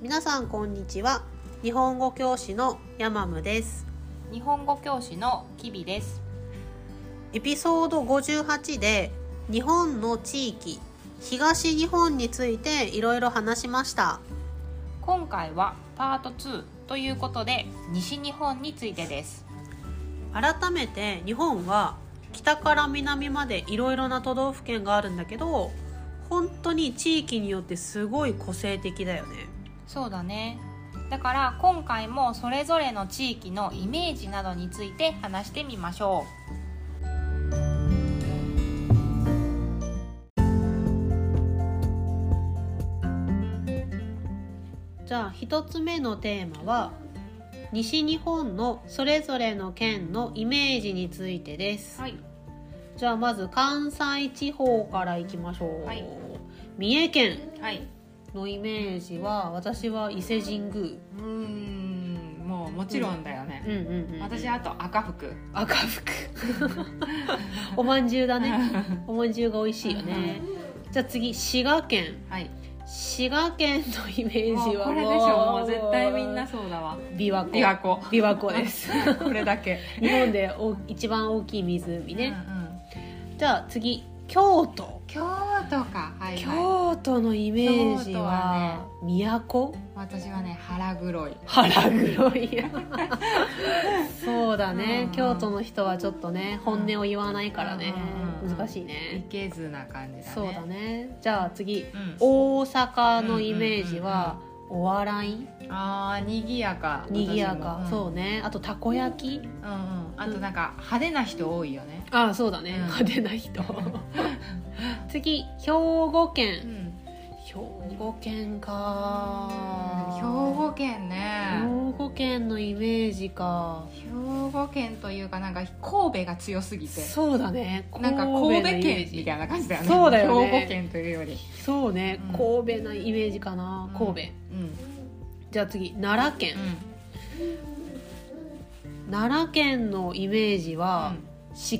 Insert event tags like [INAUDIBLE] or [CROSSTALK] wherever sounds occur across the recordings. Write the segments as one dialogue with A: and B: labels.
A: 皆さんこんにちは日本語教師のヤマムです
B: 日本語教師のキビです
A: エピソード58で日本の地域東日本についていろいろ話しました
B: 今回はパート2ということで西日本についてです
A: 改めて日本は北から南までいろいろな都道府県があるんだけど本当に地域によってすごい個性的だよね
B: そうだねだから今回もそれぞれの地域のイメージなどについて話してみましょ
A: じゃあ一つ目のテーマは西日本のそれぞれの県のイメージについてです、
B: うはい
A: じゃあまず関西地方からいきましょう、
B: はい
A: 三重県
B: はい
A: のイメージは私は伊勢神宮
B: うーんもうもちろんだよ
A: うん
B: ね、
A: うん、うん、
B: 私あと赤服
A: 赤
B: [LAUGHS]
A: 服おまんじゅうだねおまんじゅうが美味しいよねじゃあ次滋賀県
B: はい
A: 滋賀県のイメー
B: も
A: ジ
B: う
A: は
B: これでしょもう絶対みんなそうだわ
A: 琵琶湖
B: 琵琶湖 [LAUGHS]
A: 琵琶湖です
B: これだけ
A: 日本でお一番大きい湖ね、
B: うんうん
A: じゃあ次京都
B: 京都かはい、はい、
A: 京都のイメージ
B: 京都
A: は
B: は
A: 都
B: 私はね腹黒い
A: 腹黒いやそうだね、
B: うん
A: 京都の人はちょっとね本音を言わないからね、
B: うん
A: 難しいね
B: い、けずな感じだね
A: そうだねじゃあ次
B: うん
A: 大阪のイメージはお笑い
B: あーにぎやか
A: にぎやか、
B: 私も
A: そうねあとたこ焼き
B: うん、うんうん、あとなんか派手な人多いよね、
A: ああそうだね、
B: うん
A: 派手な人 [LAUGHS] 次兵庫
B: う
A: 県
B: ん、
A: 兵庫県か
B: 兵庫県ね
A: 兵庫県のイメージか
B: 兵庫県というかなんか神戸が強すぎて
A: そうだね
B: なんか
A: の
B: 神
A: イ
B: 戸
A: メージ
B: 県みたいな感じだよね
A: そうだよね
B: 兵庫県というより、
A: そうね、
B: う
A: 神戸のイメージかな
B: うん
A: 神戸、
B: うん
A: じゃあ次奈良県、奈良県のイメージは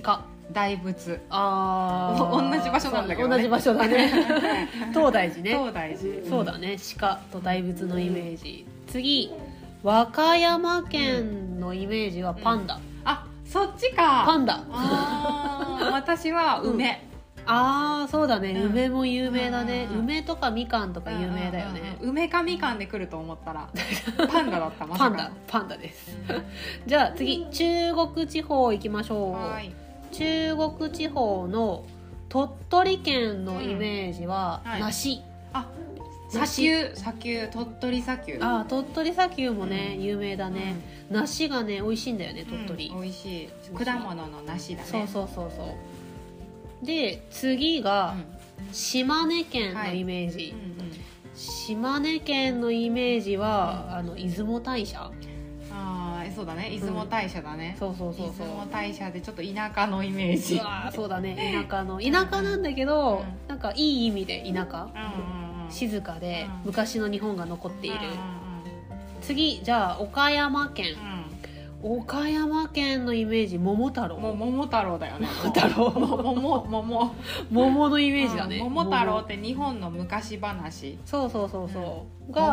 A: 鹿、
B: うん、大仏
A: あー
B: お同じ場所なんだけどね
A: 同じ場所だ
B: [LAUGHS]
A: ね東大寺ね
B: 東大寺
A: そうだね鹿と大仏のイメージ次和歌山県のイメージはパンダ、
B: あそっちか
A: パンダ
B: あー私は梅、
A: ああそうだね、
B: うん
A: 梅も有名だね、
B: うんうんうん
A: 梅とかみかんとか有名だよね、
B: うんうんうん梅かみかんで来ると
A: [LAUGHS]
B: 思ったらパンダだったま
A: パ
B: さ
A: ン
B: か
A: ダパンダです [LAUGHS] じゃあ次中国地方行きましょう、
B: はい
A: 中国地方の鳥取県のイメージは
B: うんはい
A: 梨、
B: あ砂
A: 梨
B: 丘砂丘鳥取砂丘
A: あー鳥取砂丘もね、有名だね、梨がね美味しいんだよね
B: う
A: 鳥
B: ん
A: 取、
B: うん美味しい果物の梨だね
A: そうそうそうそうで次が島根県のイメージ、
B: うんうんうん
A: 島根県のイメージは、あの出雲大社
B: あーそうだね出雲大社だね、
A: そうそうそう
B: 出
A: そう
B: 雲大社でちょっと田舎のイメージ
A: うわーそうだね田舎の田舎なんだけど、
B: うん
A: なんかいい意味で田舎、
B: うんうんうん
A: 静かで、
B: うん
A: 昔の日本が残っている、
B: うんうん
A: 次じゃあ岡山県岡山県のイメージ桃太
B: う
A: 郎
B: んもう桃太郎だよね
A: 桃太郎
B: もう桃桃
A: 桃のイメージだね、
B: うん桃太郎って日本の昔話
A: そうそうそうそう、
B: 桃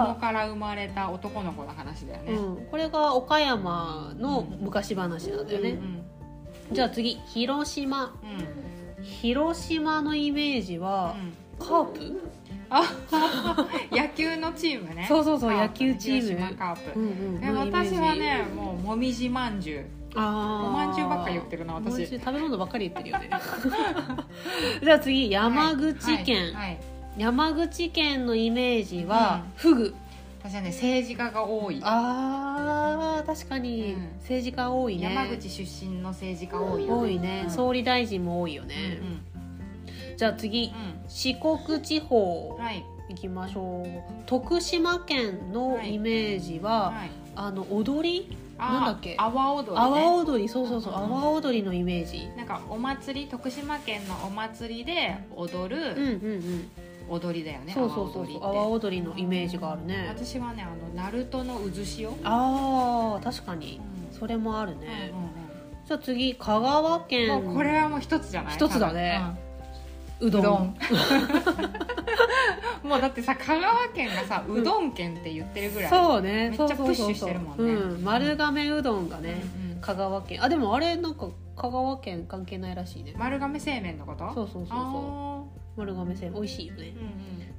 A: が、
B: から生まれた男の子の話だよね、
A: うん、これが岡山の昔話なんだよね、
B: うん
A: じゃあ次広島
B: うんうん
A: 広島のイメージは、カープ
B: [LAUGHS] 野球のチームね
A: そうそうそう
B: カープ
A: 野球チーム
B: 広島カープ、
A: ん
B: で私はねもうもみじまんじゅう
A: あ
B: お
A: あ
B: まんじゅうばっか言ってるな
A: おまんじゅ
B: 私
A: う食べ物ばっかり言ってるよね [LAUGHS] じゃあ次山口県、
B: はいはいはい
A: 山口県のイメージは、
B: う
A: フ
B: ん
A: グ
B: 私はね政治家が多い
A: あー確かに
B: うん
A: 政治家多いね、
B: 山口出身の政治家多いよ
A: 多いね、
B: うん
A: 総理大臣も多いよ
B: うんうん
A: ね、じゃあ次
B: う
A: 四国地方
B: んはい
A: 行きましょう徳島県のイメージは、
B: はい
A: あの踊り
B: あ
A: なんだっけ
B: 阿波踊り、ね、
A: 阿波踊りそうそうそう
B: うん
A: 阿
B: うん
A: 波踊りのイメージ
B: なんかお祭り徳島県のお祭りで踊
A: うん
B: る
A: うんうん
B: 踊りだよね、
A: そうそうそう
B: 阿波踊
A: そう
B: りって
A: 阿波踊りのイメージがあるね
B: 私はねあのナルトの渦潮、
A: あー確かに
B: うん
A: それもあるね、
B: う
A: じゃあ次香川
B: ん
A: 県
B: もうこれはもう一つじゃない
A: 一つだね
B: 多分
A: う
B: う
A: どん
B: どん [LAUGHS] もうだってさ香川県がさうどん県って言ってるぐらい
A: そうね
B: めっちゃ
A: そうそうそう
B: プッシュしてるもんね
A: うん、丸亀うどんが
B: う
A: ね、
B: んうん
A: 香川県あでもあれなんか香川県関係ないらしいね
B: 丸亀製麺のこと
A: そううそうそうそ
B: あ
A: う丸亀製麺美味しいよね
B: ーうん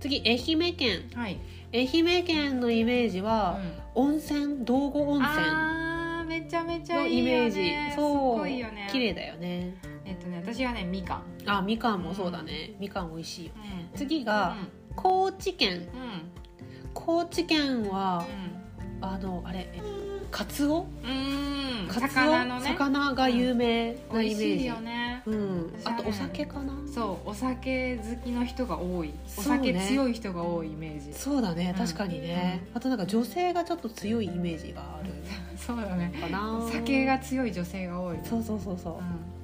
A: 次愛媛県
B: うんはい
A: 愛媛県のイメージは、温泉道後温泉
B: あーめちゃめちゃ
A: の
B: い
A: イ
B: いよ
A: メ
B: ね
A: ージ、
B: す
A: そう
B: ごいよね
A: 綺麗だよね
B: えっとね私はねみかん、
A: あみかんもそうだねみかん美味しいよ
B: うん
A: 次が高知県
B: うんうん
A: 高知県はあのあれえカツオ
B: うん、うん、
A: カツオ
B: 魚のね
A: 魚が有名なイ
B: 美味
A: メ
B: し
A: ー
B: い
A: ジ、
B: よね
A: うん、あとお
B: おしゃれ
A: 酒かな
B: そうお酒好きの人が多いお
A: そうね
B: 酒強い人が多いイメージ
A: そうだね
B: うん
A: 確かにね、あとなんか女性がちょっと強いイメージがある
B: そうだね
A: かな
B: [LAUGHS] 酒が強い女性が多い
A: そうそうそうそ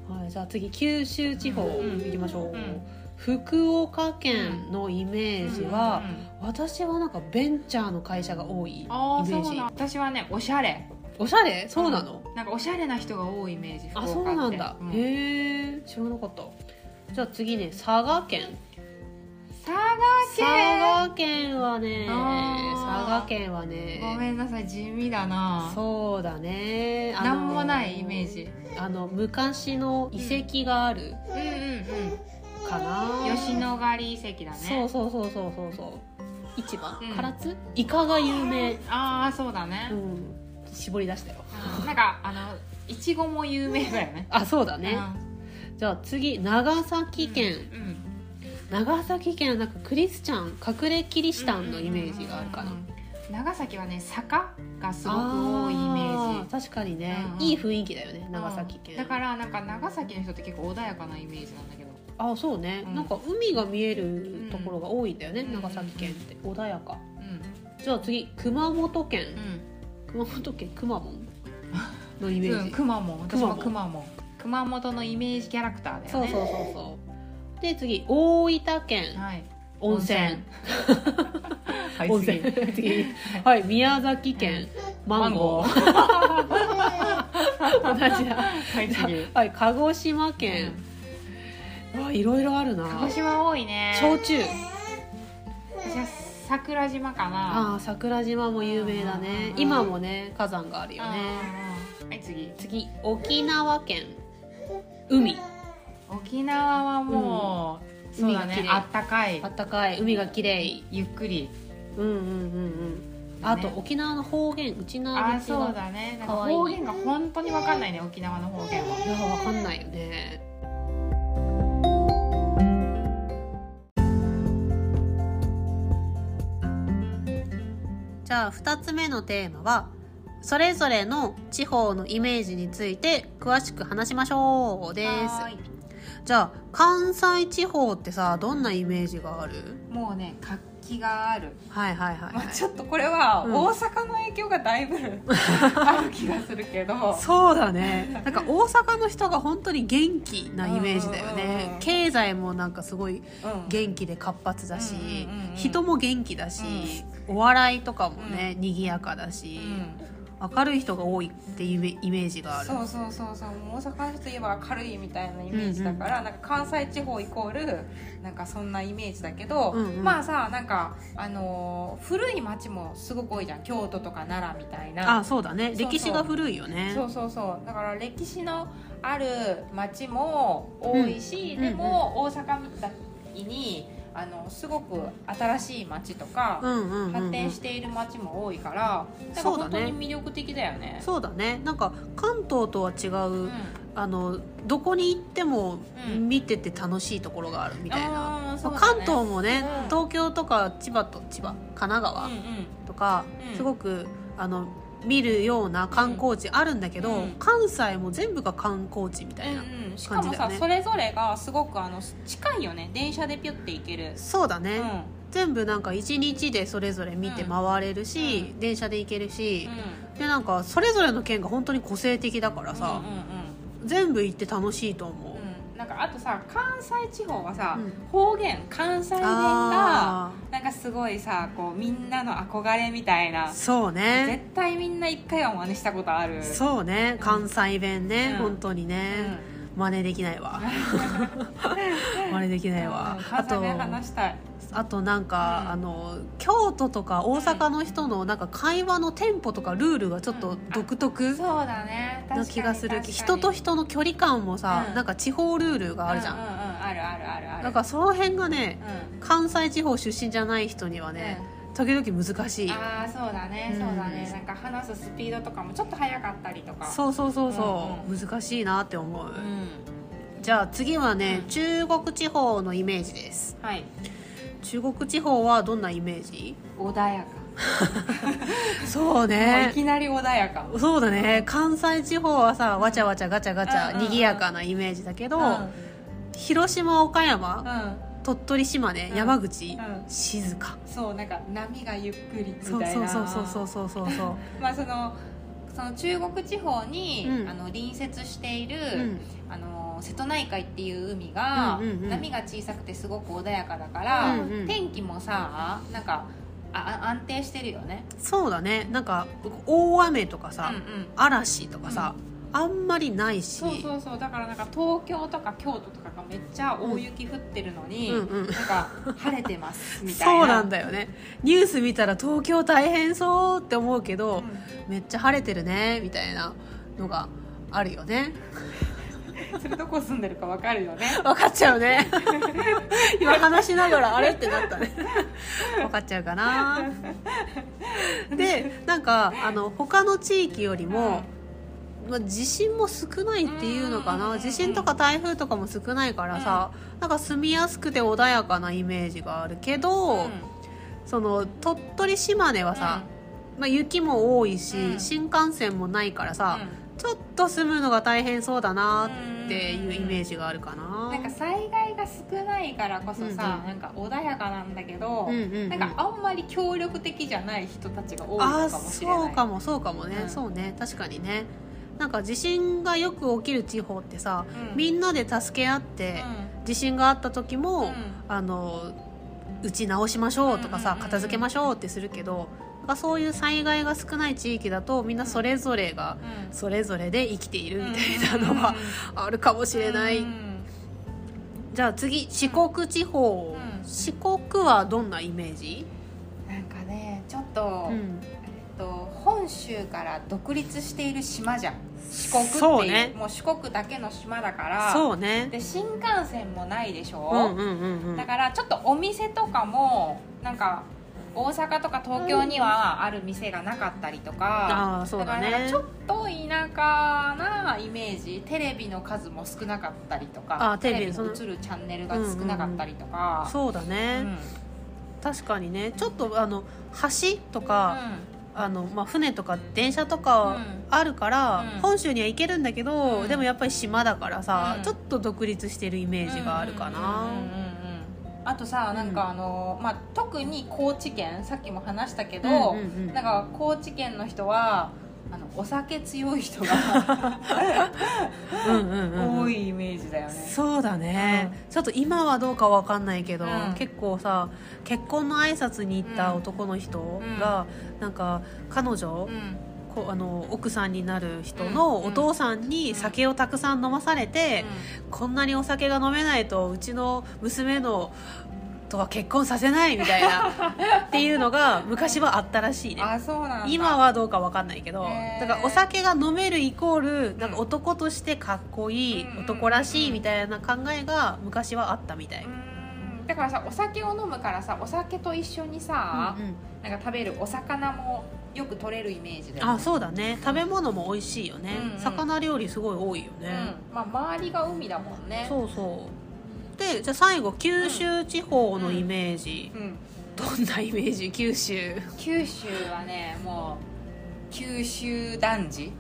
A: うう、はい、じゃあ次九州地方
B: うん
A: 行きましょう、
B: うん
A: 福岡県のイメ
B: ん
A: ージは、私はなんかベンチャーの会社が多いイメ
B: ああそ
A: ー
B: う
A: ジ
B: なん私はねおしゃれ
A: おしゃれそうなの、
B: なんかおしゃれな人が多いイメージ
A: あ
B: 福
A: そう
B: 岡って
A: なんだ、
B: うん
A: へえ知らなかったじゃあ次ね佐賀県
B: 佐賀
A: 佐
B: 県
A: 賀県はね
B: あー
A: 佐賀県はね
B: ごめんなさい地味だな
A: そうだねあの
B: なんもないイメージ
A: あの昔の遺跡がある
B: うんうん
A: かな、
B: うん吉野ヶ里遺跡だね
A: そうそうそうそうそうそう市場、
B: うん
A: 唐津イカが有名
B: ああそうだね
A: う、ん絞り出したよ
B: うんなんかあのいちごも有名だよね
A: あそうだね、じゃあ次長崎県、
B: うんうん
A: 長崎県はなんかクリスチャン隠れキリシタンのイメージがあるかな、
B: 長崎はね坂がすごく多いイメー
A: あ
B: ジ
A: 確かにね、
B: うんうん
A: いい雰囲気だよね長崎県、
B: だからなんか長崎の人って結構穏やかなイメージなんだけど
A: あそうね、
B: うん
A: なんか海が見えるところが多いんだよね、
B: うん
A: 長崎県って穏やか
B: う
A: じゃあ次熊本県、
B: ん
A: 熊本県くまモンのイ
B: う
A: メ
B: ん、
A: ー
B: うん、
A: ジ、
B: くまモン私も
A: く
B: くまモン熊本のイメージキャラクターだよ
A: そう
B: ね
A: そうそうそうで次大分県
B: はい
A: 温泉
B: はい
A: 温 [LAUGHS] 泉次はい宮崎県マンゴー同じだ
B: はい [LAUGHS] 次
A: はい鹿児島県あいろいろある
B: 鹿
A: な
B: 児島多いね
A: 焼酎
B: 私は桜島かな
A: ああ桜島も有名だ
B: うんうん
A: ね
B: うん
A: 今もね火山があるよね
B: うんはい次
A: 次沖縄県海
B: 沖縄はもう、
A: うん
B: そうだ
A: 海が綺
B: ね
A: 麗
B: あったかい
A: あったかい海がきれい
B: ゆっくり
A: うんうんうんうんあと沖縄の方言うちな
B: あ
A: ー
B: ー
A: 口
B: そう
A: が
B: だねなんか
A: かわいい
B: 方言が本当にわかんないね沖縄の方言はい
A: やわかんないよねじゃあ2つ目のテーマはそれぞれの地方のイメージについて詳しく話しましょうです
B: はーい
A: じゃあ関西地方ってさどんなイメージがある
B: もうね活気がある、
A: はいはいはい、
B: ま
A: は
B: あ、
A: い、
B: ちょっとこれは
A: うん
B: 大阪の影響がだ
A: [LAUGHS]
B: いぶある気がするけど
A: そうだねなんか大阪の人が本当に元気なイメージだよ
B: うんうんうんう
A: ね
B: ん
A: 経済もなんかすごい
B: うん
A: 元気で活発だし、
B: うんうんうんうん
A: 人も元気だし、お笑いとかもね、賑やかだ
B: う
A: し、
B: ん
A: 明るい人が多いっていうイメイメージがある
B: そうそうそうそうもう大阪の人といえば明るいみたいなイメージだから、なんか関西地方イコールなんかそんなイメージだけど、
A: うんうん
B: まあさなんか、あのー古い町もすごく多いじゃん京都とか奈良みたいな
A: あそうだね
B: そうそう
A: 歴史が古いよね
B: そうそうそうだから歴史のある町も多いし、
A: うん
B: でも大阪みたいにあのすごく新しい町とか、
A: んうんうんうん
B: 発展している町も多いからだから
A: そうだ
B: 本当
A: ね
B: に魅力的だよね。
A: そうだねなんか関東とは違う、
B: うん
A: あのどこに行っても
B: うん
A: 見てて楽しいところがあるみたいな、
B: あーそうだね
A: 関東もね、
B: うん
A: 東京とか千葉と千葉神奈川、
B: う
A: とか、
B: うん
A: すごくあの見るような観光地あるんだけど、
B: うん
A: 関西も全部が観光地みたい
B: ん
A: な、
B: うんうん、しか
A: 感じ
B: も
A: だよ
B: さ、
A: ね
B: それぞれがすごくあの近いよね電車でピュッて行ける、
A: そうだ
B: う
A: ね、
B: ん
A: 全部なんか1日でそれぞれ見て回れるし、電車で行けるし、でなんかそれぞれの県が本当に個性的だからさ
B: うん、うんうん
A: 全部行って楽しいと思う、
B: うん、なんかあとさ関西地方はさ、
A: うん
B: 方言関西弁が
A: あ
B: なんかすごいさこうみんなの憧れみたい
A: あ
B: な
A: そう
B: 絶
A: ね
B: 対みんな一回は真似したことある
A: そうね関西弁ね、
B: うん
A: 本当に
B: う
A: ね、
B: ん
A: 真似できない
B: [LAUGHS]
A: わ真似できないわ
B: うん
A: あ
B: 関西
A: と
B: 弁話したい
A: あとなんか、
B: うん
A: あの京都とか大阪の人のなんか会話のテンポとかルールがちょっ
B: う
A: と
B: ん
A: 独特
B: そうだね確か
A: な
B: に
A: 気がする
B: 確かに
A: 人と人の距離感もさ、
B: うん
A: なんか地方ルールがあるじゃん、
B: うんうんうんあるあるあるある
A: なんかその辺がね
B: う
A: 関西地方出身じゃない人には
B: ん
A: ね、時々難し
B: うん
A: い
B: ああそうだね
A: うん
B: そうだねなんか話すスピードとかもちょっと速かったりとか
A: そうそうそうそうう、難しいなって思う、
B: うん
A: じゃあ次はね、
B: うん
A: 中国地方のイメージです
B: はい
A: 中国地方はどんなイメージ
B: 穏やか
A: そう
B: もういきなり穏やか
A: そうだね関西地方はさわちゃわちゃガチャガチ
B: うん
A: ャ
B: うんうん
A: 賑やかなイメージだけど、
B: うんうん
A: 広島岡山鳥取島根、
B: うん
A: 山口、
B: うん
A: 静か
B: そうなんか波がゆっくりみ
A: そう
B: たい
A: そう
B: な
A: そうそうそうそうそうそう
B: まあそのその中国地方に、
A: うん
B: あの隣接している、 [LAUGHS]
A: うん
B: あの瀬戸内海っていう海が、
A: うんうんうん
B: 波が小さくてすごく穏やかだから、
A: うんうん
B: 天気もさなんかああ安定してるよね
A: そうだねなんか大雨とかさ、
B: うんうん
A: 嵐とかさ、あんまりないし
B: そうそうそうだからなんか東京とか京都とかがめっちゃ大雪降ってるのに、
A: うんうん
B: なんか晴れてますみたいな
A: そうなん
B: だ
A: だよねニュース見たら東京大変そうって思うけど、
B: う
A: めっちゃ晴れてるねみたいなのがあるよね
B: ん、それどこ住んでるかわかるよね
A: 分かっちゃうね今話しながらあれってなったね分かっちゃうかなでなんかあの他の地域よりも、まあ、地震も少ないっていうのか
B: うんうんうんう
A: なん地震とか台風とかも少ないからさ、なんか住みやすくて穏やかなイメージがあるけ
B: うん
A: ど、
B: うん
A: その鳥取島根はさ、まあ、雪も多いし、
B: うん
A: 新幹線もないから
B: うん
A: さ、ちょっと住むのが大変そうだなっていうイメージがあるかな。
B: なんか災害が少ないからこそさ、
A: うんうん
B: なんか穏やかなんだけど、
A: うんうんうん
B: なんかあんまり協力的じゃない人たちが多い
A: あ
B: の
A: あ
B: かもしれない
A: そうかもそうかもね、
B: うん
A: そうね確かにねなんか地震がよく起きる地方ってさ、
B: うん
A: みんなで助け合って、地震があった時も、あのうち直しましょうとかさ、
B: うんうんうん
A: 片付けましょうってするけどなんかそういう災害が少ない地域だとみんなそれぞれがそれぞれで生きているみたいなのはあるかもしれない、じゃあ次四国地方、
B: うん
A: 四国はどんなイメージ、
B: なんかねちょっと,、
A: うん
B: えっと本州から独立している島じゃん四国っていう
A: そうね
B: もう四国だけの島だから
A: そうね
B: で新幹線もないでしょ、
A: うんうんうんうん
B: だからちょっとお店とかもなんか大阪とか東京にはある店がなかったりとか、
A: あーそうだね
B: からなんかちょっと田舎なイメージテレビの数も少なかったりとか
A: あーテレビ
B: の映るチャンネルが少なかったりとか、
A: そうだね、
B: うん
A: 確かにねちょっとあの橋とか、あのまあ、船とか電車とかあるから、
B: うん
A: 本州には行けるんだけど、
B: うん
A: でもやっぱり島だからさ、
B: うん
A: ちょっと独立してるイメージがあるかな、
B: うんうんうんうんあとさなんかあの、まあ、特に高知県さっきも話したけど、
A: うんうんうん
B: なんか高知県の人はあのお酒強い人
A: [LAUGHS]
B: が
A: うんうんうん
B: 多いイメージだよね。
A: そうだね、ちょっと今はどうかわかんないけど、
B: うん
A: 結構さ結婚の挨拶に行った男の人が、なんか彼女、
B: うん
A: こあの奥さんになる人のお父さんに酒をたくさん飲まされて、こんなにお酒が飲めないとうちの娘のとは結婚させないみたいな
B: [LAUGHS]
A: っていうのが昔はあったらしいね
B: あそうなんだ
A: 今はどうかわかんないけど
B: へー
A: だからお酒が飲めるイコールなんか男としてかっこいい、
B: うん
A: 男らしいみたいな考えが昔はあったみたい、
B: うんだからさお酒を飲むからさお酒と一緒にさ、
A: うんうん
B: なんか食べるお魚もよく取れるイメージだよ
A: あ
B: ね
A: そうだね食べ物も美味しいよね、
B: うんうん
A: 魚料理すごい多いよ
B: う
A: ね、
B: んまあ、周りが海だもんね
A: そうそうでじゃあ最後九州地方のイメージ、
B: うん、
A: どんなイメージ九州
B: 九州はねもう九州男児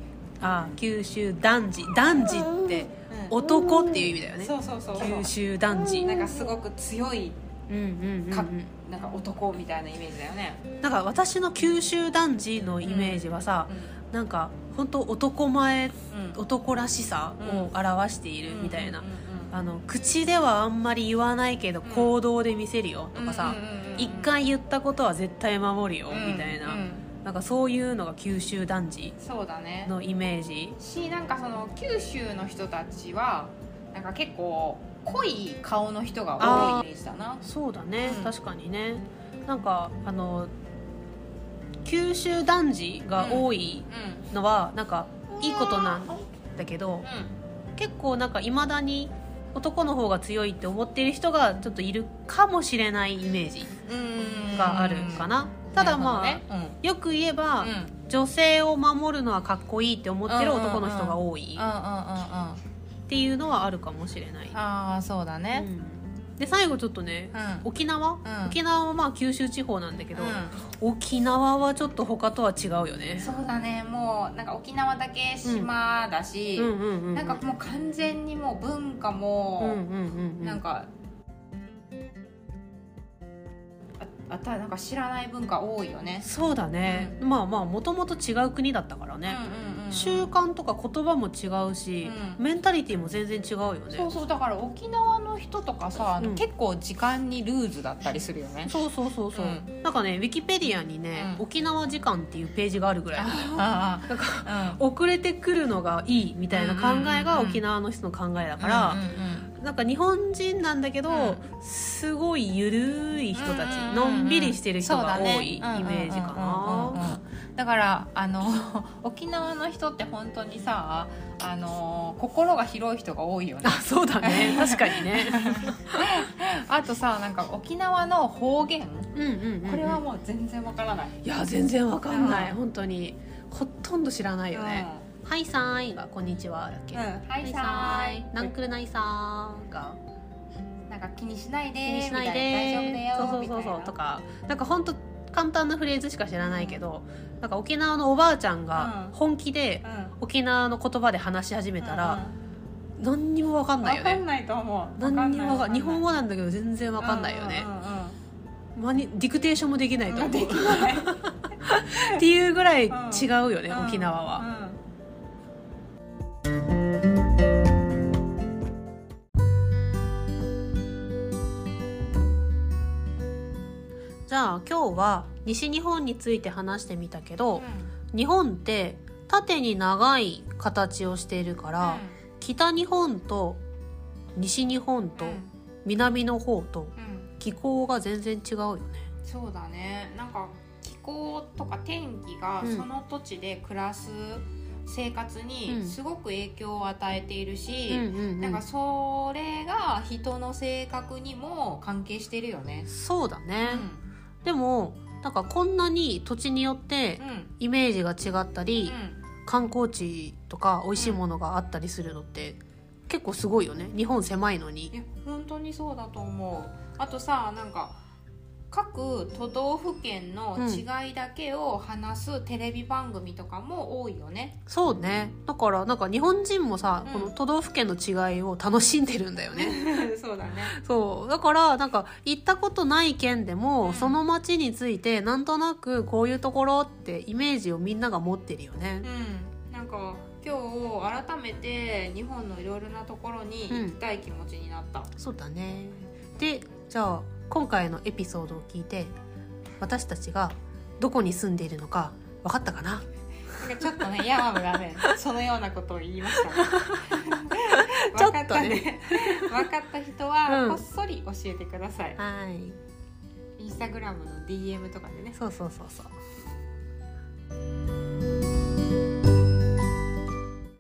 A: あ九州男児男児って男っていう意味だよね
B: そうそうそうそう
A: 九州男児
B: なんかすごく強い
A: うんうんうん
B: か
A: うん
B: なんか男みたいなイメージだよね、
A: なんか私の九州男児のイメージはさ、なんか本当男前
B: うんうん
A: 男らしさを表しているみたいな、
B: うんうんうん
A: あの口ではあんまり言わないけど
B: ん
A: 行動で見せるよとかさ
B: うんうんうんうん
A: 一回言ったことは絶対守るよ
B: うん
A: みたいな、
B: うん
A: なんかそういうのが九州男児
B: そうだね
A: のイメージ
B: しなんかその九州の人たちはなんか結構濃い顔の人が多いイメージだな
A: そうだね、
B: うん
A: 確かにねなんかあの九州男児が多い
B: うん
A: のはなんかいいことなん
B: うん
A: だけど結構なんかいまだに男の方が強いって思っている人がちょっといるかもしれないイメージ
B: うん
A: があるかな、ただまあ、
B: なるほどね
A: よく言え
B: うん
A: ば、
B: うんうんうん
A: 女性を守るのはかっこいいって思ってる男の人が多いっ
B: うんうん
A: ていうのはあるかもしれない、
B: ああそうだ
A: う
B: ね
A: んで最後ちょっとね
B: うんうん
A: 沖縄、沖縄はまあ九州地方なんだけど、沖縄はちょっと他とは違うよね
B: そうだねもうなんか沖縄だけ島だし、
A: うんうんうん
B: なんかもう完全にもう文化
A: うんう
B: も、
A: んうんうん
B: なんかああたなんか知らない文化多いよね。
A: そうだね、まあまあもともと違う国だったからね、
B: うんうんうん
A: 習慣とか言葉も違うし、
B: うん
A: メンタリティも全然違うよね
B: そうそうだから沖縄の人とかさ、あの
A: うん
B: 結構時間にルーズだったりするよね。
A: そうそうそうそう、
B: う
A: なんかねウィキペディアにね、
B: うん
A: 沖縄時間っていうページがあるぐらい
B: ああか
A: 遅れてくるのがいいみたいな考えが沖縄の人の考えだから、なんか日本人なんだけど、
B: う
A: すごいゆるい人たち、
B: うんうんうん
A: のんびりしてる人が多いイメージか
B: そうだねうんうんうんうん
A: な。
B: うんだからあの [LAUGHS] 沖縄の人って本当にさあの心が広い人が多いよね
A: あそうだね確かにね
B: あとさなんか沖縄の方言
A: うんうんうんうん
B: これはもう全然わからない、
A: いや全然わかんない、
B: うん
A: 本当にほとんど知らないよね「はいさーい」が「こんにちは」だっ
B: う
A: け
B: ん、はいさーい
A: ナンクルナイさーん」が
B: なんか気にしないで
A: 「気にしないで
B: みたいな大丈夫だよ
A: そうそうそうそう
B: みた
A: と
B: い
A: かなんか本当簡単なフレーズしか知らないけど、なんか沖縄のおばあちゃんが
B: うん
A: 本気で
B: なうん
A: 沖縄の言葉で話し始めたら、何にもわか
B: うんん
A: ないよ
B: わかん
A: ね
B: ないと思う
A: 何にもわかん日本
B: 語
A: 語なんだけど全然わかんないよね
B: うん、うんうん
A: まにディクテーションもできないと
B: う
A: 思
B: ん
A: う
B: できない
A: っていうぐらい違うよね、
B: うん
A: [LAUGHS] 沖縄は。じゃあ今日は西日本について話してみたけ
B: う
A: ど
B: んうん
A: 日本って縦に長い形をしているから、北日本と西日本と
B: うん
A: 南の方と
B: うん
A: 気候が全然違うよね。
B: そうだねなんか気候とか天気が
A: うん
B: その土地で暮らす生活
A: う
B: に
A: ん
B: すごく影響を与えているし、
A: うんうんうん
B: なんかそれが人の性格にも関係してるよね。
A: そうだ
B: う
A: ね、
B: ん
A: でもなんかこんなに土地によって
B: うん
A: イメージが違ったり、
B: うん
A: 観光地とか美味しいものがあったりするのって結構すごいよね日本狭いのに
B: い。や本当にそうだと思う。あとさなんか各都道府県の違いだけを話すテレビ番組とかも多いよね。
A: そうねだからなんか日本人もさ、
B: うん
A: この都道府県の違いを楽しんでるんだよね
B: そうだね。
A: そうだからなんか行ったことない県でも、
B: うん
A: その町についてなんとなくこういうところってイメージをみんなが持ってるよね
B: うん、なんか今日改めて日本のいろいろなところに行きたい気持ちになった、
A: そうだねでじゃあ今回のエピソードを聞いて私たちがどこに住んでいるのか分かったかな
B: なんかちょっとね山村ね
A: [LAUGHS]
B: そのようなことを言いました、ね、
A: ちょ
B: 分か
A: っ
B: っ
A: と
B: た
A: ね
B: ね分かった人
A: うん
B: はこっそり教えてください、
A: はい
B: インスタグラムの DM とかでね
A: そうそうそうそう